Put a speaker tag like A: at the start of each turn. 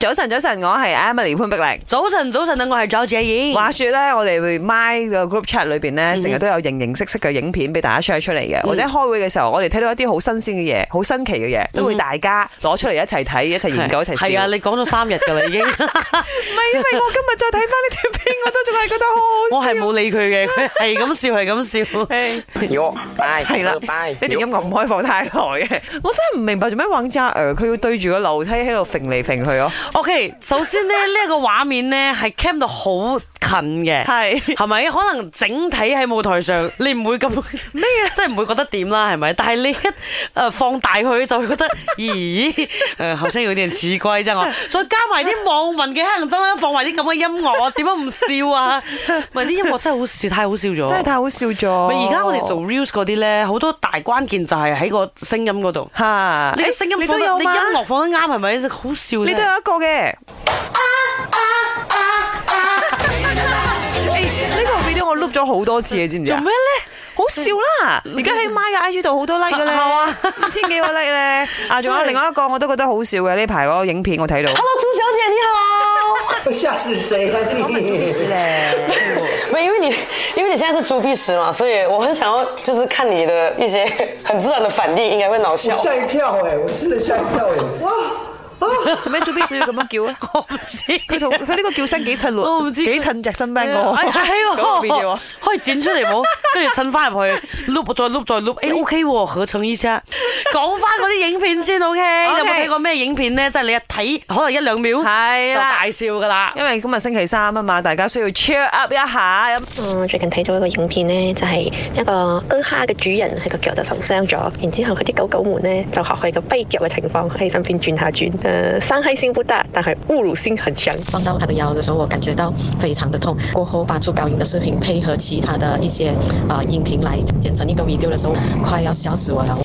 A: 早晨，早晨，我係 Emily 潘碧玲。
B: 早晨，早晨啊，我係周姐燕。
A: 話說咧，我哋 My 個 group chat 裏邊咧，成日都有形形色色嘅影片俾大家 share 出嚟嘅。或者開會嘅時候，我哋睇到一啲好新鮮嘅嘢，好新奇嘅嘢，都會大家攞出嚟一齊睇，一齊研究，一齊笑。
B: 係啊，你講咗三日㗎啦 已經，
A: 唔係因 為我今日再睇翻呢條片，我都仲係覺得好
B: 我
A: 好笑。
B: 係冇理佢嘅，佢係咁笑，係咁 笑。
A: 係
C: 有，拜，
A: 係啦，
C: 拜，
A: 呢條音樂唔開放太耐嘅，我真係唔明白做咩玩揸誒，佢要對住個樓梯喺度揈嚟揈去咯。
B: OK，首先咧呢一個畫面咧係 cam 到好近嘅，
A: 係
B: 係咪？可能整體喺舞台上，你 唔會咁咩啊？即係唔會覺得點啦，係咪？但係你一誒放大佢，就會覺得 咦誒，後生有啲似龜啫我。再加埋啲網民嘅黑人憎啦，放埋啲咁嘅音樂，我點解唔笑啊？唔係啲音樂真係好笑，太好笑 咗。
A: 真係太好笑咗。
B: 咪而家我哋做 reels 嗰啲咧，好多大關鍵就係喺個聲音嗰度。
A: 嚇，
B: 你嘅聲音
A: 你都
B: 放得，
A: 有
B: 你音
A: 嘛？
B: 樂放得啱係咪？好笑啫
A: 你都有一個 嘅。哎誒呢個 video 我 loop 咗好多次，你知唔知
B: 做
A: 啊
B: 咩？咧？
A: 好笑啦！而家喺 My 嘅 IG 度好多 like 嘅咧，五千幾個 like 咧。啊，仲有另外一個我都覺得好笑嘅呢排嗰個影片我睇到。
B: 哦
D: Hello，朱小姐你好。
E: 吓死谁了你？
D: 没，因为你， 因为你现在是猪鼻屎嘛，所以我很想要就是看你的一些很自然的反应，应该会脑
E: 我
D: 笑。
E: 吓一跳哎、我真的吓一跳哎、哇啊！
A: 做咩 j u b 要咁樣叫 啊？
B: 我唔知。
A: 佢同佢呢個叫聲幾襯
B: 我
A: 喎，
B: 唔知
A: 幾襯隻新 band 嗰個
B: 哎哎
A: 嗰個 video 啊
B: 喎，可以剪出嚟冇？跟住襯翻入去，loop 再 loop 再 loop，誒 OK 喎，合成一下。講翻嗰啲影片先，OK？
A: OK
B: 有冇睇過咩影片咧？即係你一睇，可能一兩秒
A: 係
B: 就
A: 啦
B: 大笑㗎啦。
A: 因為今日星期三啊嘛，大家需要 cheer up 一下咁。
F: 我嗯最近睇到一個影片呢，就係、一個呃蝦嘅主人，佢個腳就受傷咗，然之後佢啲狗狗們呢，就學佢個跛腳嘅情況喺身邊轉下轉。呃，傷害性不大，但係侮辱性很強。
G: 撞到他的腰的时候，我感觉到非常的痛。过后发出高音的视频，配合其他的一些呃音频来剪成一个 video 的时候，快要笑死我了。